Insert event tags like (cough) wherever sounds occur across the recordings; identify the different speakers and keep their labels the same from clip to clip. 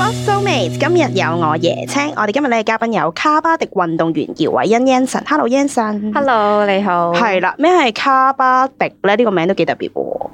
Speaker 1: Dave，今日有我椰青，我哋今日咧嘉賓有卡巴迪運動員姚偉欣 Yanson。Hello，Yanson。
Speaker 2: Hello，你好。
Speaker 1: 係啦，咩係卡巴迪咧？呢、個名都幾特別喎。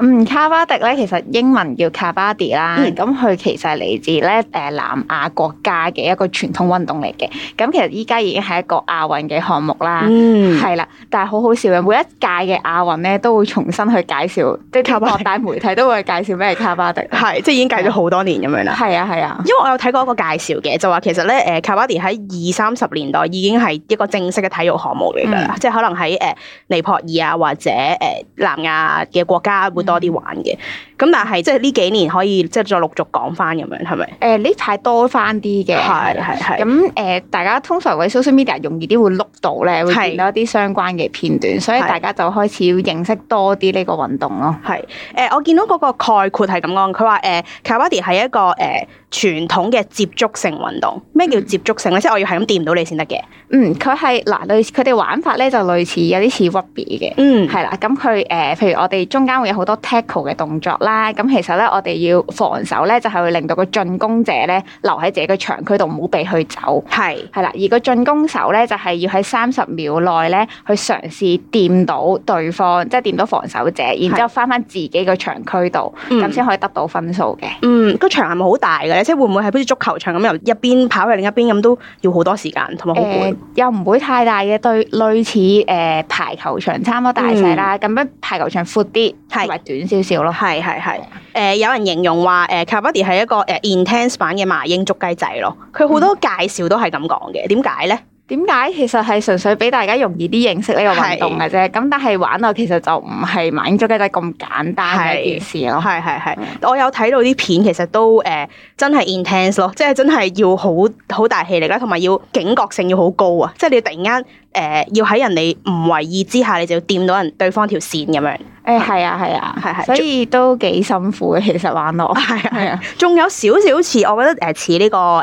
Speaker 2: 嗯，卡巴迪咧，其實英文叫卡巴迪啦。
Speaker 1: 嗯
Speaker 2: 咁佢、其實係嚟自咧誒南亞國家嘅一個傳統運動嚟嘅。咁其實依家已經係一個亞運嘅項目啦。
Speaker 1: 嗯，
Speaker 2: 啊係啦，但係好好笑嘅，每一屆嘅亞運咧都會重新去介紹，即係
Speaker 1: 卡巴迪
Speaker 2: 各大媒體都會介紹咩係卡巴迪。
Speaker 1: (laughs) 係，即係已經計咗好多年咁樣啦。
Speaker 2: 係啊，係啊，
Speaker 1: 因為我有睇過一個介紹嘅，就話其實咧，誒卡巴迪喺二三十年代已經係一個正式嘅體育項目嚟㗎啦，
Speaker 2: 嗯
Speaker 1: 即係可能喺誒、呃尼泊爾啊或者誒、呃南亞嘅國家會多啲玩嘅。咁、但係即係呢幾年可以即係再陸續講翻咁樣，係咪？
Speaker 2: 誒呢排多翻啲嘅。
Speaker 1: 係係係。
Speaker 2: 咁誒、呃大家通常喺 social media 容易啲會碌到咧，會
Speaker 1: 係
Speaker 2: 見到一啲相關嘅片段，所以
Speaker 1: 係
Speaker 2: 大家就開始要認識多啲呢個運動咯。
Speaker 1: 係，誒、呃我見到嗰個概括係咁講，佢話誒 Kabaddi 係一個誒、呃、傳統嘅接觸性運動。咩叫接觸性咧？即係我要係咁掂到你先得嘅。
Speaker 2: 嗯，佢係嗱類似佢哋玩法咧就類似有啲似 rugby 嘅。
Speaker 1: 嗯，
Speaker 2: 係啦，咁佢誒，譬如我哋中間會有好多 tackle 嘅動作啦，咁其實咧，我哋要防守咧，就係會令到個進攻者咧留喺自己嘅長區度，唔好被佢走。
Speaker 1: 係，
Speaker 2: 係啦，而個進攻手咧就係要喺三十秒內咧去嘗試掂到對方，即係掂到防守者，然之後翻翻自己嘅長區度，咁
Speaker 1: 嗯
Speaker 2: 先可以得到分數嘅。
Speaker 1: 嗯，個場係咪好大嘅咧？即係會唔會係好似足球場咁由一邊跑去另一邊咁都要好多時間，同埋好
Speaker 2: 誒
Speaker 1: 攰。
Speaker 2: 呃又唔會太大嘅，對類似誒排球場差唔多大細啦，咁樣排球場闊
Speaker 1: 嗯
Speaker 2: 啲，
Speaker 1: 係
Speaker 2: 同埋短少少咯。
Speaker 1: 係係係，誒、呃有人形容話誒 Kabaddi 係一個誒、intense 呃版嘅麻英捉雞仔咯，佢好多介紹都係咁講嘅，點解咧？
Speaker 2: 點解其實係純粹俾大家容易啲認識呢個運動嘅啫？咁但係玩落其實就唔係玩咗雞仔咁簡單嘅一件事咯。
Speaker 1: 哦係係
Speaker 2: 嗯
Speaker 1: 係，我有睇到啲片，其實都誒、呃真係 intense 咯，即係真係要好好大氣力啦，同埋要警覺性要好高啊！即係你要突然間誒、呃要喺人哋唔為意之下，你就要掂到人對方條線咁樣。
Speaker 2: 誒係啊係啊，
Speaker 1: 係係
Speaker 2: 所以都幾辛苦嘅。其實玩
Speaker 1: (laughs)
Speaker 2: 落
Speaker 1: 係啊
Speaker 2: 係啊，
Speaker 1: 仲有少少似，我覺得誒似呢個誒、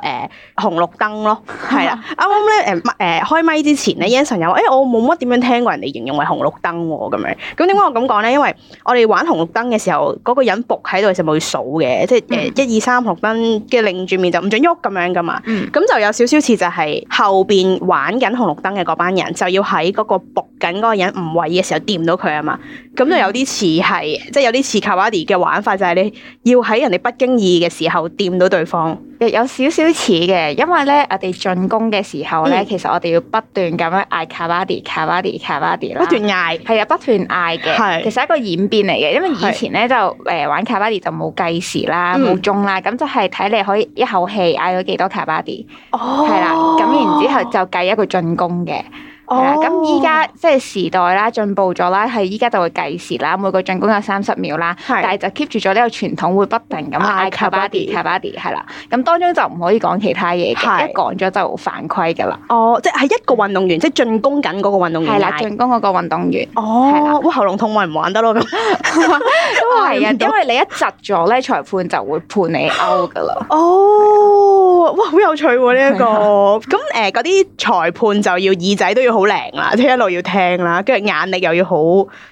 Speaker 1: 紅綠燈咯，係啦。啱啱咧誒咪誒開麥之前咧，Yanson 有話誒我冇乜點樣聽過人哋形容為紅綠燈喎咁樣。咁點解我咁講咧？因為我哋玩紅綠燈嘅時候，嗰、個人仆喺度嘅時候咪會數嘅，即係誒一二三紅綠燈，跟住擰住面就唔准喐咁樣噶嘛。
Speaker 2: 嗯
Speaker 1: 咁就有少少似就係後邊玩緊紅綠燈嘅嗰班人，就要喺嗰個仆緊嗰個人唔為意嘅時候掂到佢啊嘛。咁
Speaker 2: 嗯
Speaker 1: 就有啲似係，即係有啲似 Kabaddi 嘅玩法，就係你要喺人哋不經意嘅時候掂到對方。
Speaker 2: 有少少似嘅，因為咧我哋進攻嘅時候咧，
Speaker 1: 嗯
Speaker 2: 其實我哋要不斷咁樣嗌卡巴迪卡巴迪卡巴迪
Speaker 1: 不。
Speaker 2: 啦
Speaker 1: 斷嗌，
Speaker 2: 係啊，不斷
Speaker 1: 係
Speaker 2: 嗌嘅，其實係一個演變嚟嘅，因為
Speaker 1: 係
Speaker 2: 以前咧就誒玩卡巴迪就冇計時啦，
Speaker 1: 嗯
Speaker 2: 冇鐘啦，咁就係睇你可以一口氣嗌咗幾多卡巴迪。
Speaker 1: 哦
Speaker 2: 係啦，咁然之後就計一個進攻嘅，
Speaker 1: 哦
Speaker 2: 係啦。咁依家即係時代啦，進步咗啦，係依家就會計時啦，每個進攻有三十秒啦，但
Speaker 1: 係
Speaker 2: 係就 keep 住咗呢個傳統，會不停咁
Speaker 1: 嗌
Speaker 2: 嗌
Speaker 1: Kabaddi
Speaker 2: kabaddi kabaddi 係啦。咁當中就唔可以講其他嘢
Speaker 1: 係
Speaker 2: 嘅，一講咗就犯規㗎啦。
Speaker 1: 哦，即係一個運動員，即係進攻緊嗰個運動員
Speaker 2: 係啦，
Speaker 1: 嗌
Speaker 2: 進攻嗰個運動員，係
Speaker 1: 哦
Speaker 2: 啦，
Speaker 1: 哇，喉嚨痛咪唔玩得咯咁。嗌
Speaker 2: 都係啊，
Speaker 1: 唔到
Speaker 2: 因為你一窒咗咧，裁判就會判你 out 㗎
Speaker 1: (laughs)
Speaker 2: 啦。
Speaker 1: 哦，哇，好有趣喎
Speaker 2: 啊
Speaker 1: 呢一個。咁誒，嗰啲裁判就要耳仔都要好靈啦，即係一路要聽啦，跟住眼力又要好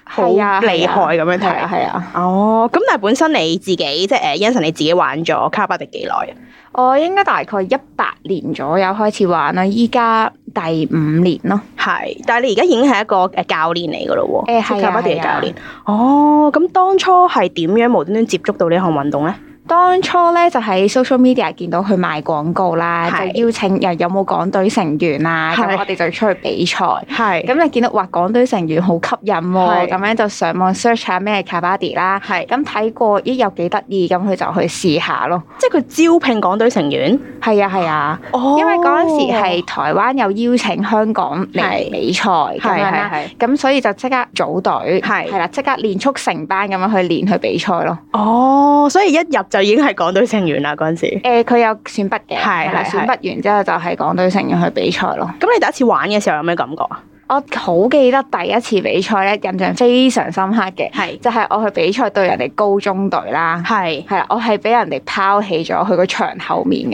Speaker 1: 好
Speaker 2: 係啊，係啊
Speaker 1: 厲害咁樣
Speaker 2: 係
Speaker 1: 睇
Speaker 2: 啊，。係啊。
Speaker 1: 哦，咁但係本身你自己即係誒 Yanson 你自己玩咗卡巴迪幾耐啊？
Speaker 2: 我應該大概一八年左右開始玩啦，依家第五年咯。
Speaker 1: 係，但係你而家已經係一個誒教練嚟㗎咯喎，
Speaker 2: 誒係啊
Speaker 1: 卡巴迪嘅
Speaker 2: 係
Speaker 1: 教
Speaker 2: 啊
Speaker 1: 練。哦，咁當初係點樣無端端接觸到呢項運動咧？
Speaker 2: 當初咧就喺 social media 見到佢賣廣告啦，
Speaker 1: 係
Speaker 2: 就邀請又有冇港隊成員啊，咁
Speaker 1: 係
Speaker 2: 我哋就出去比賽。
Speaker 1: 係
Speaker 2: 咁你見到哇，港隊成員好吸引喎、
Speaker 1: 係
Speaker 2: 咁樣就上網 search 下咩 Kabaddi 啦。
Speaker 1: 係，
Speaker 2: 咁睇過，咦有幾得意，咁佢就去試下咯。
Speaker 1: 即係佢招聘港隊成員。
Speaker 2: 係啊係啊，
Speaker 1: 哦
Speaker 2: 因為嗰陣時係台灣有邀請香港
Speaker 1: 係
Speaker 2: 嚟比賽咁樣
Speaker 1: 係係
Speaker 2: 啦，
Speaker 1: 係。
Speaker 2: 咁所以就即刻組隊，
Speaker 1: 係
Speaker 2: 係啦，即刻連速成班咁樣去練去比賽咯。
Speaker 1: 哦，所以一入就已經係港隊成員啦嗰陣時。
Speaker 2: 誒、佢有選拔嘅，
Speaker 1: 係
Speaker 2: 係啦，
Speaker 1: 係
Speaker 2: 選拔完之後就係港隊成員去比賽咯。
Speaker 1: 咁你第一次玩嘅時候有咩感覺啊？
Speaker 2: 我好記得第一次比賽咧，印象非常深刻嘅，
Speaker 1: 係
Speaker 2: 就係我去比賽對人哋高中隊啦。
Speaker 1: 係
Speaker 2: 係啦，我係俾人哋拋棄咗去個牆後面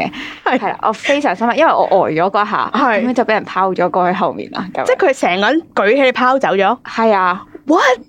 Speaker 1: 係
Speaker 2: 嘅，係啦，我非常深刻，因為我呆咗嗰下，
Speaker 1: 係
Speaker 2: 咁樣就俾人拋咗過去後面啦。咁
Speaker 1: 即係佢成個人舉起你拋走咗。
Speaker 2: 係啊，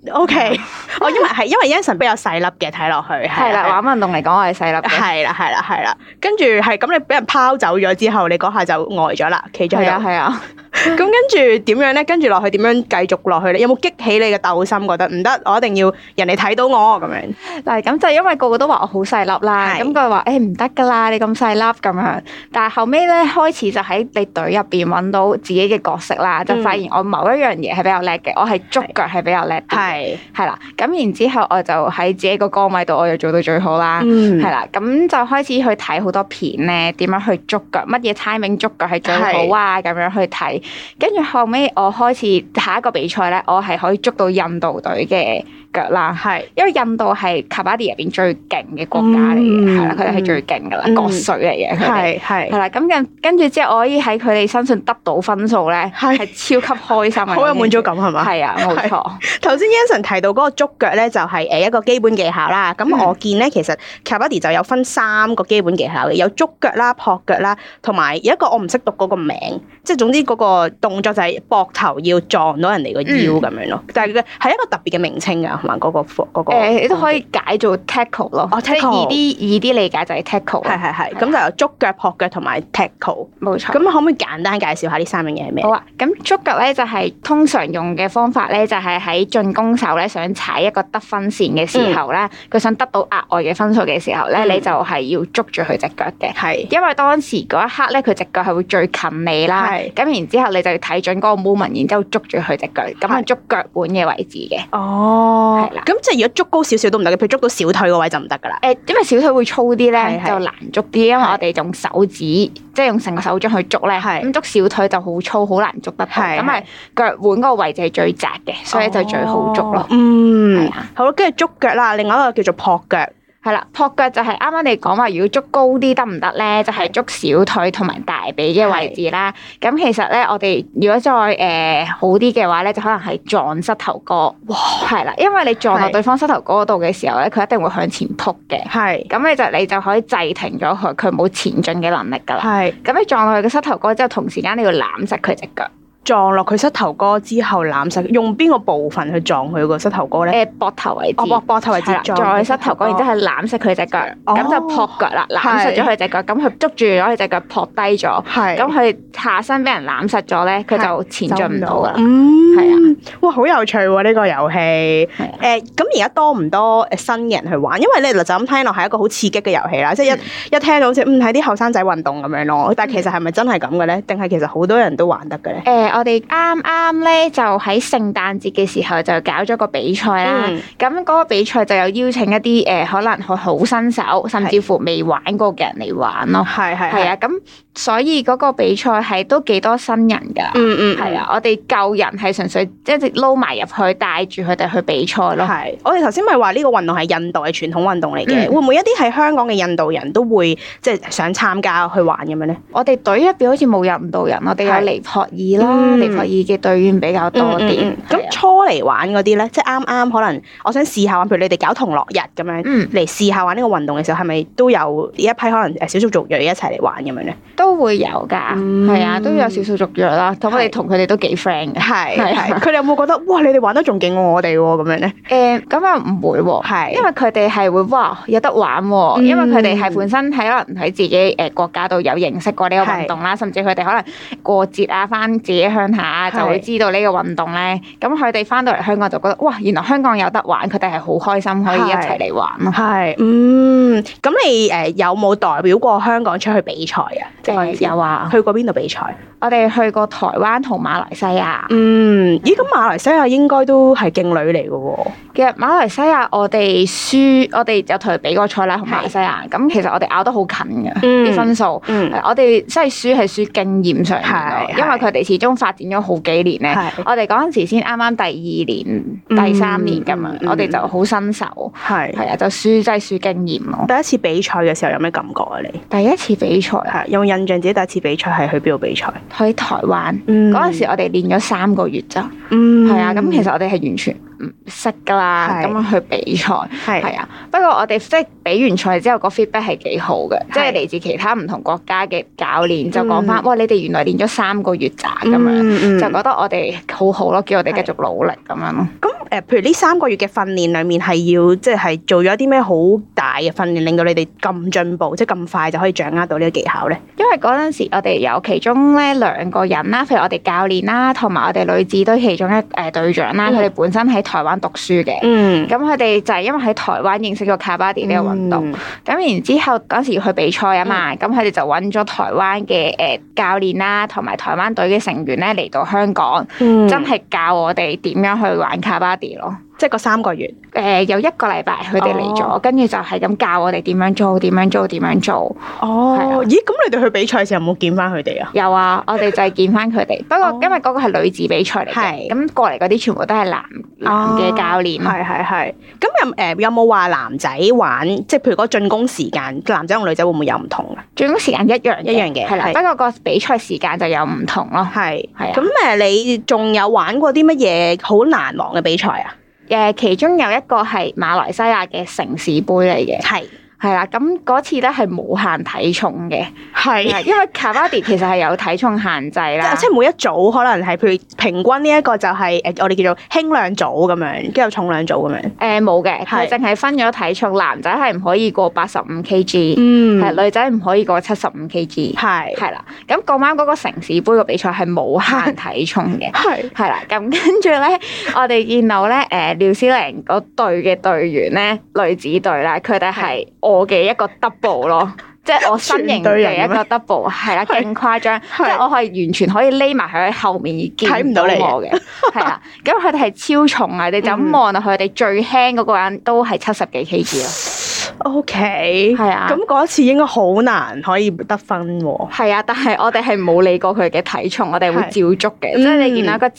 Speaker 1: what？OK，我
Speaker 2: (laughs)
Speaker 1: 因為係因為 Yanson 比較細粒嘅睇落去，
Speaker 2: 係啊
Speaker 1: 係
Speaker 2: 啦，玩運動嚟講，我係細粒嘅。
Speaker 1: 係啦，係啦，係啦，跟住係咁，你俾人拋走咗之後，你嗰下就呆咗啦，企咗
Speaker 2: 係啊
Speaker 1: 喺度。
Speaker 2: 係啊，
Speaker 1: 咁跟住點樣咧？跟住落去點樣繼續落去咧？有冇激起你嘅鬥心？覺得唔得，我一定要人哋睇到我咁
Speaker 2: 嗯
Speaker 1: 樣。
Speaker 2: 嗱咁就因為個個都話我好細粒啦，
Speaker 1: 係
Speaker 2: 咁佢話誒唔得㗎啦，你咁細粒咁樣。但係後尾咧開始就喺你隊入邊揾到自己嘅角色啦，就發現我某一樣嘢係比較叻嘅，我係捉腳係比較叻啲嘅，
Speaker 1: 係，
Speaker 2: 係啦。咁然之後我就喺自己個崗位度，我就做到最好啦。
Speaker 1: 嗯
Speaker 2: 係，啦，咁就開始去睇好多片咧，點樣去捉腳，乜嘢 timing 捉腳係最好啊，咁樣去睇。跟住後尾我開始下一個比賽咧，我係可以捉到印度隊嘅腳啦，
Speaker 1: 係，
Speaker 2: 因為印度係卡巴迪入邊最勁嘅國家嚟嘅，
Speaker 1: 嗯
Speaker 2: 係啦、佢哋係最勁噶啦，
Speaker 1: 嗯
Speaker 2: 國粹嚟嘅佢哋。
Speaker 1: 係，係
Speaker 2: 係，啦，咁跟跟住之後，我可以喺佢哋身上得到分數咧，係
Speaker 1: 係
Speaker 2: 超級開心啊！
Speaker 1: 好有滿足感係嘛？
Speaker 2: 係啊，冇
Speaker 1: 係
Speaker 2: 錯，
Speaker 1: 頭先 Yanson 提到嗰個捉腳咧，就係呃誒一個基本技巧啦。咁
Speaker 2: 嗯
Speaker 1: 我見咧，其實 Kabaddi 就有分三個基本技巧嘅，有捉腳啦、撲腳啦，同埋有一個我唔識讀嗰個名，即係總之嗰個動作就係膊頭要撞到人哋個腰咁樣咯。但係佢係一個特別嘅名稱㗎，係嘛？嗰個嗰個
Speaker 2: 誒，你都可以解做 tackle 咯，
Speaker 1: 哦
Speaker 2: 即係
Speaker 1: tackle
Speaker 2: 易啲易啲理解就係 tackle
Speaker 1: 係
Speaker 2: 啦，
Speaker 1: 係係，咁就有捉腳、撲腳同埋 tackle。
Speaker 2: 冇錯。
Speaker 1: 咁可哦唔可以簡單介紹下呢三樣嘢係咩
Speaker 2: 好？啊，咁觸腳咧就係、通常用嘅方法咧，就係、喺進攻手咧想踩一個得分線嘅時候咧，佢、想得到額外嘅分數嘅時候咧，
Speaker 1: 嗯
Speaker 2: 你就係要捉住佢隻腳嘅。
Speaker 1: 係
Speaker 2: 因為當時嗰一刻咧，佢隻腳係會最近你啦，
Speaker 1: 係
Speaker 2: 咁然之後你就要睇準嗰個 moment，然之後捉住佢隻腳，咁係
Speaker 1: 係
Speaker 2: 捉腳本嘅位置嘅。
Speaker 1: 哦
Speaker 2: 係啦
Speaker 1: 咁即係如果捉高少少都唔得嘅，譬如捉到小腿嗰位就唔得㗎啦。
Speaker 2: 誒，因為小腿會粗啲
Speaker 1: 係
Speaker 2: 咧，
Speaker 1: 係
Speaker 2: 就難捉啲，因為
Speaker 1: 係
Speaker 2: 我哋用手指，即係用成個手掌去捉咧，
Speaker 1: 係
Speaker 2: 咁捉小腿就好粗，好難捉得到。
Speaker 1: 係
Speaker 2: 咁咪
Speaker 1: 係
Speaker 2: 腳腕嗰個位置係最窄嘅，所以就最好捉
Speaker 1: 哦
Speaker 2: 咯。
Speaker 1: 嗯
Speaker 2: 係啊，
Speaker 1: 好啦，跟住捉腳啦，另外一個叫做撲腳，
Speaker 2: 係啦，撲腳就係啱啱你講話，如果捉高啲得唔得咧？就係捉小腿同埋大髀嘅位置啦。咁其實咧，我哋如果再誒、呃好啲嘅話咧，就可能係撞膝頭哥。哇！係啦，因為你撞落
Speaker 1: 係
Speaker 2: 對方膝頭哥嗰度嘅時候咧，佢一定會向前撲嘅。
Speaker 1: 係
Speaker 2: 咁你就你就可以制停咗佢，佢冇前進嘅能力㗎啦。
Speaker 1: 係
Speaker 2: 咁你撞落去個膝頭哥之後，同時間你要攬實佢隻腳，
Speaker 1: 撞落佢膝頭哥之後攬實，用邊個部分去撞佢個膝頭哥咧？
Speaker 2: 誒膊頭位置，
Speaker 1: 我嗯哦膊膊頭位置
Speaker 2: 係啦，
Speaker 1: 撞
Speaker 2: 撞落去膝頭哥，然之後係攬實佢隻腳，
Speaker 1: 哦
Speaker 2: 咁就撲腳啦，攬實咗佢隻腳，咁佢捉住咗佢隻腳撲低咗，
Speaker 1: 係
Speaker 2: 咁佢下身俾人攬實咗咧，佢就前進唔到
Speaker 1: 走
Speaker 2: 噶
Speaker 1: 啦
Speaker 2: 啦。
Speaker 1: 嗯，
Speaker 2: 係
Speaker 1: 啊，哇，好有趣喎呢個遊戲。
Speaker 2: 係啊
Speaker 1: 誒，咁而家多唔多誒新嘅人去玩？因為你就咁聽落係一個好刺激嘅遊戲啦，即係一一聽到好似嗯係啲後生仔運動咁樣咯。但係其實係咪真係咁嘅咧？定係其實好多人都玩得嘅咧？
Speaker 2: 誒、我哋啱啱咧就喺聖誕節嘅時候就搞咗個比賽啦。
Speaker 1: 嗯
Speaker 2: 咁嗰個比賽就有邀請一啲誒、可能佢好新手，甚至乎未玩過嘅人嚟玩咯。
Speaker 1: 係係
Speaker 2: 係，啊，咁所以嗰個比賽係都幾多新人㗎。
Speaker 1: 嗯嗯，
Speaker 2: 係啊，我哋舊人係純粹即係撈埋入去，帶住佢哋去比賽咯。
Speaker 1: 係，我哋頭先咪話呢個運動係印度嘅傳統運動嚟嘅，
Speaker 2: 嗯
Speaker 1: 會唔會一啲係香港嘅印度人都會即係想參加去玩咁樣咧？
Speaker 2: 我哋隊入邊好似冇印度人，我哋
Speaker 1: 係
Speaker 2: 有尼泊爾啦，
Speaker 1: 嗯
Speaker 2: 尼泊爾嘅隊員比較多啲。係啊
Speaker 1: 咁初嚟玩嗰啲咧，即係啱啱可能我想試下玩，譬如你哋搞同樂日咁樣
Speaker 2: 嗯
Speaker 1: 嚟試下玩呢個運動嘅時候，係咪都有呢一批可能誒少數族裔一齊嚟玩咁樣咧？
Speaker 2: 都會有㗎，
Speaker 1: 嗯
Speaker 2: 係啊，都有少數族裔啦。咁我哋
Speaker 1: 係
Speaker 2: 同佢哋都幾 friend 嘅。
Speaker 1: 係 (laughs)
Speaker 2: 係
Speaker 1: 係，佢哋有冇覺得哇？你哋玩得仲勁過我哋喎咁樣咧？
Speaker 2: 誒，咁又唔會喎。
Speaker 1: 係
Speaker 2: 因為佢哋係會哇有得玩喎、
Speaker 1: 嗯
Speaker 2: 因為佢哋係本身喺可能喺自己誒、呃、國家度有認識過呢個運動啦，甚至佢哋可能過節啊，翻自己鄉下啊
Speaker 1: 係
Speaker 2: 就會知道呢個運動咧。咁佢哋翻到嚟香港就覺得哇，原來香港有得玩，佢哋係好開心可以一齊嚟玩咯。
Speaker 1: 係，嗯，咁你誒有冇代表過香港出去比賽啊？即
Speaker 2: 即
Speaker 1: 係嗰陣時
Speaker 2: 係有啊，
Speaker 1: 去過邊度比賽？
Speaker 2: 我哋去過台灣同馬來西亞。
Speaker 1: 嗯，咦，咁馬來西亞應該都係勁女嚟嘅喎，
Speaker 2: 其實馬來西亞我哋輸，我哋有同佢比過賽啦，同馬來西亞。咁其實我哋咬得好近嘅啲
Speaker 1: 嗯
Speaker 2: 分數。
Speaker 1: 嗯，
Speaker 2: 係我哋真係輸係輸經驗上面咯
Speaker 1: 係
Speaker 2: 因為佢哋始終發展咗好幾年咧。
Speaker 1: 係
Speaker 2: 我哋嗰陣時先啱啱第二
Speaker 1: 嗯
Speaker 2: 年、第三年咁樣
Speaker 1: 嗯，嗯
Speaker 2: 我哋就好新手，
Speaker 1: 係。
Speaker 2: 係啊，就輸真係輸經驗咯。
Speaker 1: 第一次比賽嘅時候有咩感覺啊？你
Speaker 2: 第一次比賽
Speaker 1: 係啊有冇印象自己第一次比賽係去邊度比賽？
Speaker 2: 去台灣
Speaker 1: 嗯
Speaker 2: 嗰陣時，我哋練咗三個月咋，
Speaker 1: 嗯嗯
Speaker 2: 係啊，咁其實我哋係完全唔識噶啦，
Speaker 1: 係
Speaker 2: 咁樣去比賽
Speaker 1: 係
Speaker 2: 係啊。不過我哋即係比完賽之後個 feedback 係幾好嘅，即係
Speaker 1: 係
Speaker 2: 嚟自其他唔同國家嘅教練就講翻，
Speaker 1: 嗯
Speaker 2: 哇！你哋原來練咗三個月咋咁樣，
Speaker 1: 樣
Speaker 2: 就覺得我哋好好咯，叫我哋繼續努力咁樣咯。
Speaker 1: 咁誒，譬如呢三個月嘅訓練裡面係要即係做咗啲咩好大嘅訓練，令到你哋咁進步，即係咁快就可以掌握到呢個技巧咧？
Speaker 2: 因為嗰陣時我哋有其中咧兩個人啦，譬如我哋教練啦，同埋我哋女子隊其中一誒隊長啦，
Speaker 1: 嗯
Speaker 2: 佢哋本身喺台灣讀書嘅。
Speaker 1: 嗯，
Speaker 2: 咁佢哋就係因為喺台灣認識咗卡巴迪呢個運動，
Speaker 1: 嗯，
Speaker 2: 咁、然之後嗰陣時要去比賽啊嘛，咁佢哋就揾咗台灣嘅誒、呃教練啦，同埋台灣隊嘅成員咧嚟到香港，
Speaker 1: 嗯
Speaker 2: 真係教我哋點樣去玩卡巴迪咯。
Speaker 1: 即係嗰三個月，
Speaker 2: 誒、有一個禮拜佢哋嚟咗，
Speaker 1: 哦
Speaker 2: 跟住就係咁教我哋點樣做，點樣做，點樣做。係啊
Speaker 1: 哦，咦？咁你哋去比賽嘅時候有冇見翻佢哋啊？
Speaker 2: 有啊，我哋就係見翻佢哋。不過
Speaker 1: 哦
Speaker 2: 因為嗰個係女子比賽嚟嘅，
Speaker 1: 係
Speaker 2: 咁過嚟嗰啲全部都係男男嘅教練咯。
Speaker 1: 係係係，咁有誒有冇話男仔玩，即係譬如嗰個進攻時間，男仔同女仔會唔會有唔同啊？
Speaker 2: 最終時間一樣
Speaker 1: 一樣嘅
Speaker 2: 係啦。
Speaker 1: 係
Speaker 2: 不過個比賽時間就有唔同咯。
Speaker 1: 係，
Speaker 2: 係啊，
Speaker 1: 咁誒你仲有玩過啲乜嘢好難忘嘅比賽啊？
Speaker 2: 誒其中有一個係馬來西亞嘅城市杯嚟嘅，
Speaker 1: 係
Speaker 2: 係啦。咁嗰次咧係無限體重嘅，
Speaker 1: (laughs) 係
Speaker 2: 係因為卡巴迪其實係有體重限制啦。
Speaker 1: 即係每一組可能係譬如平均呢一個就係、誒、我哋叫做輕量組咁樣，跟住有重量組咁樣。
Speaker 2: 誒呃冇嘅，佢
Speaker 1: 係
Speaker 2: 淨係分咗體重，男仔係唔可以過八十五 kg，
Speaker 1: 嗯
Speaker 2: 係女仔唔可以過七十五 kg。
Speaker 1: 係。
Speaker 2: 係啦，咁咁啱嗰個城市杯個比賽係冇限體重
Speaker 1: (laughs)
Speaker 2: 嘅
Speaker 1: 係
Speaker 2: 係啦，咁跟住咧，我哋見到咧，誒、廖思玲嗰隊嘅隊員咧，女子隊啦，佢哋係我嘅一個 double 咯，即係我身形
Speaker 1: 全隊人
Speaker 2: 嘅一個 double，係啦，
Speaker 1: 係
Speaker 2: 勁誇張，即
Speaker 1: 係哦
Speaker 2: 係我係完全可以匿埋喺後面而
Speaker 1: 睇
Speaker 2: 見
Speaker 1: 唔到你
Speaker 2: 我
Speaker 1: (laughs)
Speaker 2: 嘅，係啦，咁佢哋係超重啊，你就咁
Speaker 1: 嗯
Speaker 2: 望落去，佢哋最輕嗰個人都係七十幾 kg
Speaker 1: O K，
Speaker 2: 咯，係啊，
Speaker 1: 咁嗰次應該好難可以得分喎。
Speaker 2: 係啊，但係我哋係冇理過佢嘅體重，我哋會照捉嘅。
Speaker 1: 嗯
Speaker 2: 即係你見到一個超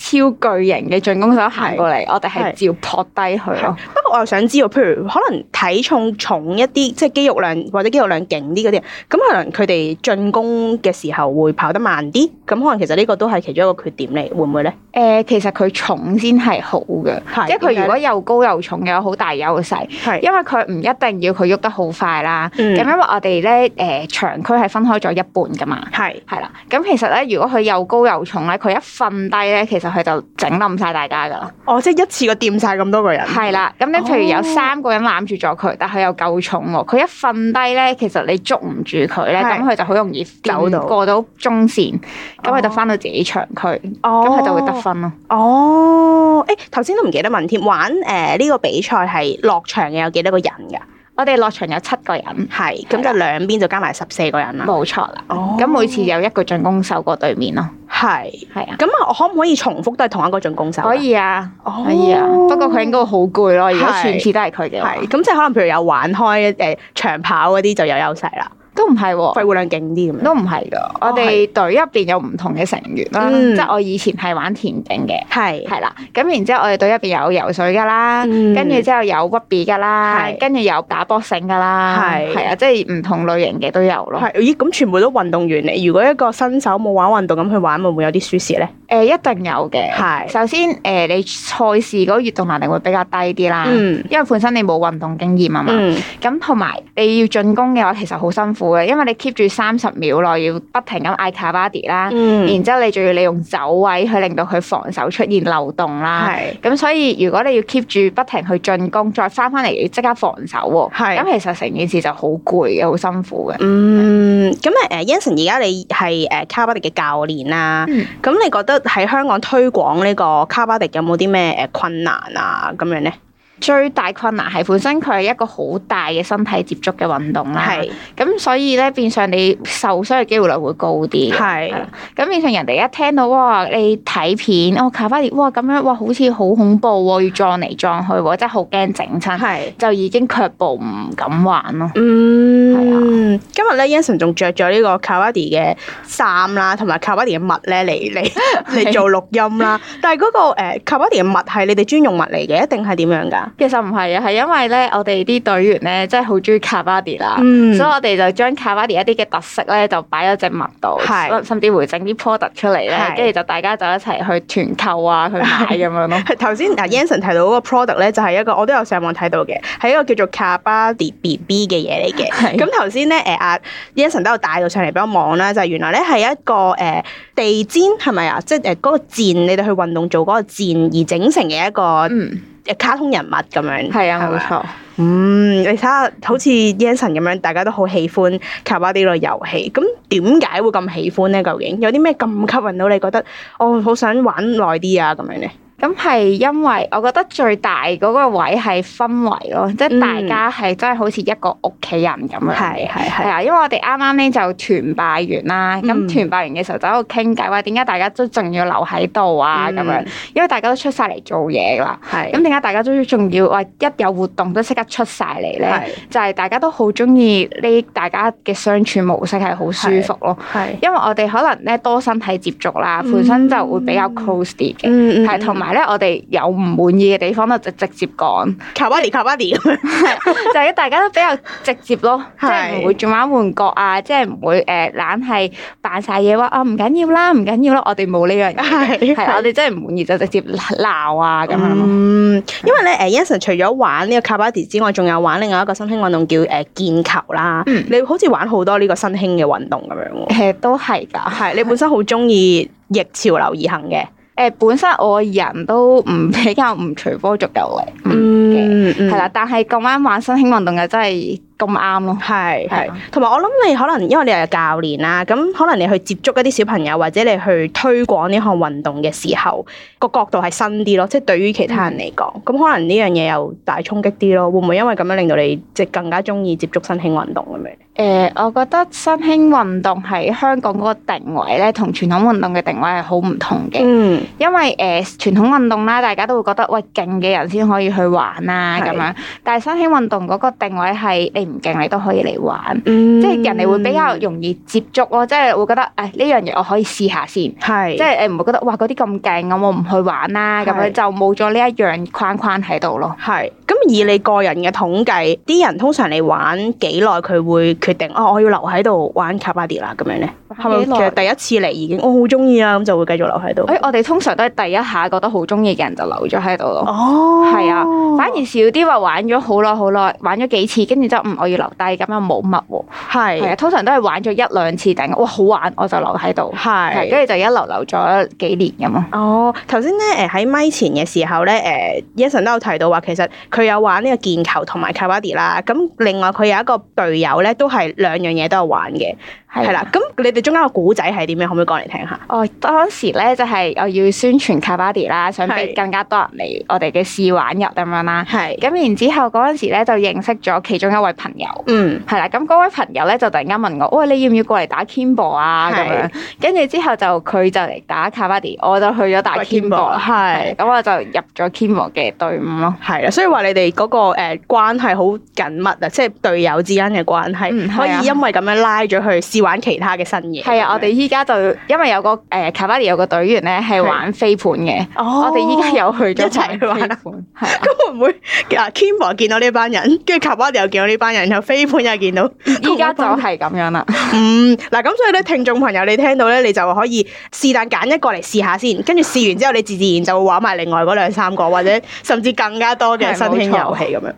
Speaker 2: 巨型嘅進攻手行過嚟，我哋係
Speaker 1: 係
Speaker 2: 照撲低佢咯。
Speaker 1: 不過我又想知道，譬如可能體重重一啲，即係肌肉量或者肌肉量勁啲嗰啲人，咁可能佢哋進攻嘅時候會跑得慢啲，咁可能其實呢個都係其中一個缺點嚟，會唔會咧？
Speaker 2: 誒、其實佢重先係好嘅，
Speaker 1: 係
Speaker 2: 即係佢如果
Speaker 1: 點
Speaker 2: 又高又重有好大優勢，
Speaker 1: 係
Speaker 2: 因為佢唔一定要佢喐得好快啦。咁、
Speaker 1: 嗯
Speaker 2: 因為我哋咧誒長區係分開咗一半噶嘛。
Speaker 1: 係
Speaker 2: 係啦，咁其實咧，如果佢又高又重咧，佢一瞓低咧，其實佢就整冧晒大家噶啦。
Speaker 1: 哦，即係一次過掂晒咁多個人。
Speaker 2: 係啦，咁你譬如有
Speaker 1: 哦
Speaker 2: 三個人攬住咗佢，但佢又夠重喎，佢一瞓低咧，其實你捉唔住佢咧，
Speaker 1: 係
Speaker 2: 咁佢就好容易走
Speaker 1: 走
Speaker 2: 到
Speaker 1: 到
Speaker 2: 過到中線，咁佢就
Speaker 1: 哦
Speaker 2: 翻到自己場區，咁
Speaker 1: 哦
Speaker 2: 佢就會得分咯。
Speaker 1: 哦，誒頭先都唔記得問添，玩誒呢、個比賽係落場嘅有幾多個人㗎？
Speaker 2: 我哋落場有七個人，
Speaker 1: 係，咁就兩邊就加埋十四個人啦。
Speaker 2: 冇錯啦。
Speaker 1: 哦
Speaker 2: 咁每次有一個進攻手過對面咯，
Speaker 1: 係，
Speaker 2: 係啊，
Speaker 1: 咁啊，我可唔可以重複都係同一個進攻手？
Speaker 2: 可，以啊，
Speaker 1: 哦、
Speaker 2: 可以啊。不過佢應該會好攰咯，如果
Speaker 1: 係
Speaker 2: 全次都係佢嘅話
Speaker 1: 係，，啊咁即係可能譬如有玩開誒、呃、長跑嗰啲就有優勢啦，
Speaker 2: 都唔係喎。
Speaker 1: 肺活量勁啲咁樣。
Speaker 2: 都唔係噶，我哋隊入邊有唔同嘅成員啦，
Speaker 1: 哦嗯
Speaker 2: 即係我以前係玩田徑嘅，
Speaker 1: 係，
Speaker 2: 係啦，咁然之後我哋隊入邊有游水噶啦，
Speaker 1: 嗯
Speaker 2: 跟住之後有屈臂噶啦，
Speaker 1: 係
Speaker 2: 跟住有打 boxing 噶啦，
Speaker 1: 係
Speaker 2: 係啊，即係唔同類型嘅都有咯。誒、
Speaker 1: 係，咦？咁全部都運動員嚟，如果一個新手冇玩運動咁去玩，會唔會有啲輸蝕咧？
Speaker 2: 一定有嘅。
Speaker 1: 係，
Speaker 2: 首先誒、你賽事嗰個閱讀能力會比較低啲啦，
Speaker 1: 嗯
Speaker 2: 因為本身你冇運動經驗啊嘛。
Speaker 1: 嗯，
Speaker 2: 咁同埋你要進攻嘅話，其實好辛苦嘅，因為你 keep 住三十秒內要不停咁嗌卡巴迪啦，
Speaker 1: 嗯，
Speaker 2: 然之後你仲要利用走位去令到佢防守出現漏洞啦。
Speaker 1: 係，
Speaker 2: 咁所以如果你要 keep 住不停去進攻，再翻翻嚟要即刻防守喎，
Speaker 1: 係
Speaker 2: 咁其實成件事就好攰嘅，好辛苦嘅。
Speaker 1: 嗯，咁誒，Yanson 而家你係誒卡巴迪嘅教練啦，
Speaker 2: 嗯
Speaker 1: 咁、你覺得喺香港推廣呢個卡巴迪有冇啲咩誒困難啊咁樣咧？
Speaker 2: 最大困難係本身佢係一個好大嘅身體接觸嘅運動啦，
Speaker 1: 係
Speaker 2: 咁所以咧變相你受傷嘅機會率會高啲嘅。係
Speaker 1: 係
Speaker 2: 啦咁變相人哋一聽到哇，你睇片哦卡巴列哇咁樣哇，好似好恐怖喎，要撞嚟撞去喎，真係好驚整親，
Speaker 1: 係，
Speaker 2: 就已經卻步唔敢玩咯。
Speaker 1: 嗯，今日咧 Yanson 仲着咗呢個卡巴迪嘅衫啦，同埋卡巴迪嘅襪咧嚟
Speaker 2: (laughs)
Speaker 1: 嚟呃嚟做錄音啦。但係嗰、個誒卡巴迪嘅襪係你哋專用襪嚟嘅，一定係點樣㗎？嘛？
Speaker 2: 其實唔係啊，係因為咧，我哋啲隊員咧真係好中意卡巴迪啦，
Speaker 1: 嗯
Speaker 2: 所以我哋就將卡巴迪一啲嘅特色咧就擺咗隻襪度，
Speaker 1: 係
Speaker 2: 甚甚至乎整啲 product 出嚟咧，
Speaker 1: 係
Speaker 2: 跟住就大家就一齊去團購啊，去
Speaker 1: (laughs)
Speaker 2: 買咁樣咯。
Speaker 1: 係頭先啊 Yanson 提到嗰個 product 咧，就係一個我都有上網睇到嘅，係一個叫做 Kabadi BB 嘅嘢嚟嘅。
Speaker 2: 係
Speaker 1: 咁頭先咧誒阿 Yanson 都有帶到上嚟俾我望啦，就係、原來咧係一個誒、呃地氈係咪啊？即係誒嗰個箭，你哋去運動做嗰個箭而整成嘅一個
Speaker 2: 嗯，
Speaker 1: 誒卡通人物咁樣。
Speaker 2: 係
Speaker 1: 係
Speaker 2: 啊，
Speaker 1: 咪
Speaker 2: 冇錯。
Speaker 1: 嗯，你睇下好似 Yanson 咁樣，大家都好喜歡 Kabadi 類遊戲。咁點解會咁喜歡咧？究竟有啲咩咁吸引到你覺得我好想玩耐啲啊？咁樣咧？
Speaker 2: 咁係因為我覺得最大嗰個位係氛圍咯，即係大家係真係好似一個屋企人咁樣嘅。
Speaker 1: 嗯係
Speaker 2: 係。啊，因為我哋啱啱咧就團拜完啦，咁
Speaker 1: 嗯
Speaker 2: 團拜完嘅時候就喺度傾偈，話點解大家都仲要留喺度啊
Speaker 1: 嗯
Speaker 2: 咁樣，因為大家都出晒嚟做嘢啦。
Speaker 1: 係
Speaker 2: 咁點解大家都仲要話一有活動都即刻出晒嚟咧？
Speaker 1: 係
Speaker 2: 就係大家都好中意呢，大家嘅相處模式係好舒服咯。
Speaker 1: 係
Speaker 2: 因為我哋可能咧多身體接觸啦，
Speaker 1: 嗯
Speaker 2: 本身就會比較 close 啲嘅。
Speaker 1: 嗯
Speaker 2: 係，同埋咧，我哋有唔滿意嘅地方咧，就直接講，
Speaker 1: 卡巴迪卡巴迪咁樣，
Speaker 2: 就係大家都比較直接
Speaker 1: (laughs)
Speaker 2: 咯，即
Speaker 1: 係
Speaker 2: 係唔會轉彎換角啊，即係唔會誒懶係扮晒嘢話啊唔緊要啦，唔緊要啦，我哋冇呢
Speaker 1: (laughs)
Speaker 2: 樣嘢，
Speaker 1: 係
Speaker 2: 係我哋真係唔滿意就直接鬧啊咁樣咯。
Speaker 1: 嗯，因為咧，誒 Yanson 除咗玩呢個卡巴迪之外，仲有玩另外一個新興運動叫誒毽球啦。
Speaker 2: 嗯
Speaker 1: 你好似玩好多呢個新興嘅運動咁樣喎。
Speaker 2: 誒都係㗎，
Speaker 1: 係，你本身好中意逆潮流而行嘅。
Speaker 2: 誒本身我人都唔比較唔隨波逐流嚟，嗯
Speaker 1: 嗯，係
Speaker 2: 係啦
Speaker 1: 啦，，
Speaker 2: 但係咁啱玩新興運動嘅真係咁啱咯，
Speaker 1: 係
Speaker 2: 係
Speaker 1: 係
Speaker 2: 啊。
Speaker 1: 同埋我諗你可能因為你係教練啦，咁可能你去接觸一啲小朋友或者你去推廣呢項運動嘅時候，個角度係新啲咯，即係對於其他人嚟講，咁、可能呢樣嘢又大衝擊啲咯。會唔會因為咁樣令到你即係更加中意接觸新興運動咁樣？
Speaker 2: 誒、我覺得新興運動喺香港嗰個定位咧，同傳統運動嘅定位係好唔同嘅。
Speaker 1: 嗯，
Speaker 2: 因為誒、傳統運動啦，大家都會覺得喂勁嘅人先可以去玩啦
Speaker 1: 係
Speaker 2: 咁樣，但係新興運動嗰個定位係你唔勁你都可以嚟玩，
Speaker 1: 即
Speaker 2: 即係人哋會比較容易接觸咯，即係會覺得誒呢樣嘢我可以試下先，即
Speaker 1: 係即係
Speaker 2: 係誒唔會覺得哇嗰啲咁勁咁我唔去玩啦咁
Speaker 1: 係
Speaker 2: 樣就冇咗呢一樣框框喺度咯。
Speaker 1: 係。咁以你個人嘅統計，啲人通常你玩幾耐佢會決定哦，我要留喺度玩卡巴迪啦咁樣咧，係咪其
Speaker 2: 玩幾耐哎
Speaker 1: 實第一次嚟已經我好中意啊，咁就會繼續留喺度
Speaker 2: 誒、。我哋通常都係第一下覺得好中意嘅人就留咗喺度咯。
Speaker 1: 哦
Speaker 2: 係啊，反而少啲話玩咗好耐好耐，玩咗幾次，跟住之後嗯我要留低，咁又冇乜喎。係啊，
Speaker 1: 係
Speaker 2: 通常都係玩咗一兩次，突然間哇好玩，我就留喺度，係
Speaker 1: 係。
Speaker 2: 跟住就一留留咗幾年咁咯。
Speaker 1: 哦，頭先咧誒喺咪前嘅時候咧誒 Yanson 都有提到話，其實佢有玩呢個毽球同埋 Kabaddi 啦。咁另外佢有一個隊友咧，都係兩樣嘢都有玩嘅，
Speaker 2: 係
Speaker 1: 係
Speaker 2: 啦，
Speaker 1: 啦。咁你哋中間個古仔係點樣？可唔可以講嚟聽下？
Speaker 2: 我哦當時咧就係我要宣傳 Kabaddi 啦，想俾
Speaker 1: 係
Speaker 2: 更加多人嚟我哋嘅試玩日咁樣啦。
Speaker 1: 係，
Speaker 2: 咁然之後嗰陣時咧就認識咗其中一位朋友。
Speaker 1: 嗯，
Speaker 2: 係啦，咁嗰位朋友咧就突然間問我：，喂，你要唔要過嚟打 Kimbo 啊？咁
Speaker 1: 係
Speaker 2: 樣，跟住之後就佢就嚟打 Kabaddi，我就去咗打 Kimbo 啦。
Speaker 1: 係
Speaker 2: 咁我就入咗 Kimbo 嘅隊伍
Speaker 1: (laughs)
Speaker 2: 咯。
Speaker 1: 係啦。啊所以話你哋嗰個誒關係好緊密啊，即係隊友之間嘅關係，
Speaker 2: 嗯係啊
Speaker 1: 可以因為咁樣拉咗去試玩其他嘅新嘢。
Speaker 2: 係啊，我哋依家就因為有個誒 Kabaddi 有個隊員咧係
Speaker 1: 係
Speaker 2: 玩飛盤嘅，
Speaker 1: 哦
Speaker 2: 我哋依家有去咗
Speaker 1: 一齊去玩
Speaker 2: 飛
Speaker 1: 啊
Speaker 2: 盤，
Speaker 1: (laughs)
Speaker 2: 係啊，
Speaker 1: 咁會唔會啊 Kimber 見到呢班人，跟住 Kabadi 又見到呢班人，然後飛盤又見到，
Speaker 2: 依家就係咁樣
Speaker 1: (laughs)
Speaker 2: 啦。
Speaker 1: 嗯嗱，咁所以咧，聽眾朋友你聽到咧，你就可以是但揀一個嚟試下先，跟住試完之後，你自自然就會玩埋另外嗰兩三個，或者甚至更加多嘅
Speaker 2: 係
Speaker 1: 新
Speaker 2: 冇
Speaker 1: 興遊戲咁樣。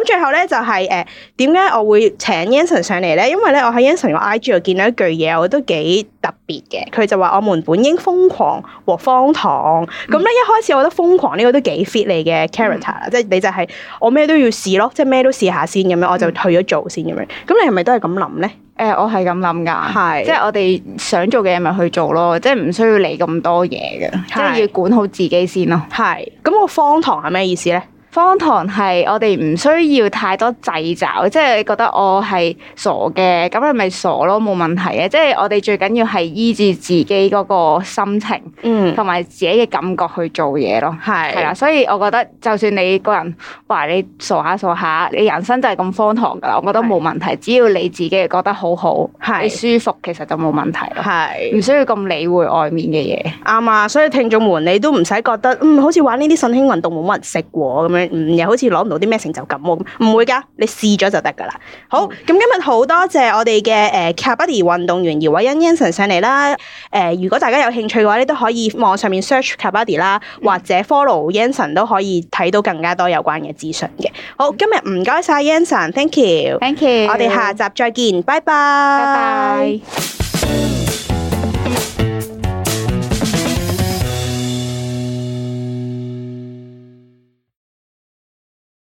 Speaker 1: 咁最後咧就係、誒點解我會請 Yanson 上嚟咧？因為咧我喺 Yanson 個 IG 度見到一句嘢，我都幾特別嘅。佢就話我們本應瘋狂和荒
Speaker 2: 嗯
Speaker 1: 唐。咁咧、一開始我覺得瘋狂呢個都幾 fit 你嘅 character 啦、即係你就係我咩都要試咯，即係咩都試下先咁樣，我
Speaker 2: 嗯
Speaker 1: 就去咗做先咁樣。咁你係咪都係咁諗咧？
Speaker 2: 誒，我係咁諗㗎。
Speaker 1: 係
Speaker 2: 即係我哋想做嘅嘢咪去做咯，即係唔需要理咁多嘢嘅，即係要管好自己先咯。
Speaker 1: 係，咁個荒唐係咩意思咧？
Speaker 2: 荒唐係我哋唔需要太多掣肘，即係你覺得我係傻嘅，咁你咪傻咯，冇問題嘅。即係我哋最緊要係依照自己嗰個心情
Speaker 1: 嗯，
Speaker 2: 同埋自己嘅感覺去做嘢咯。
Speaker 1: 係啊
Speaker 2: 係啦，，所以我覺得就算你個人話你傻下傻下，你人生就係咁荒唐㗎啦，我覺得
Speaker 1: 係
Speaker 2: 冇問題，只要你自己覺得好好，
Speaker 1: 係
Speaker 2: 你舒服，其實就冇問題咯，
Speaker 1: 係
Speaker 2: 唔需要咁理會外面嘅嘢。
Speaker 1: 啱啊！所以聽眾們，你都唔使覺得嗯，好似玩呢啲新興運動冇乜人識喎咁樣，樣，嗯，又好似攞唔到啲咩成就感喎，咁唔會㗎，你試咗就得㗎啦。好，咁今日好多謝我哋嘅誒呃 Kabaddi 運動員姚偉欣 Yanson 上嚟啦。誒、呃如果大家有興趣嘅話咧，都可以網上面 search Kabaddi 啦，或者 follow Yanson 都可以睇到更加多有關嘅資訊嘅。好，今日唔該晒 Yanson，thank you。
Speaker 2: Thank you，
Speaker 1: 我哋下集再見，拜拜。
Speaker 2: 拜拜。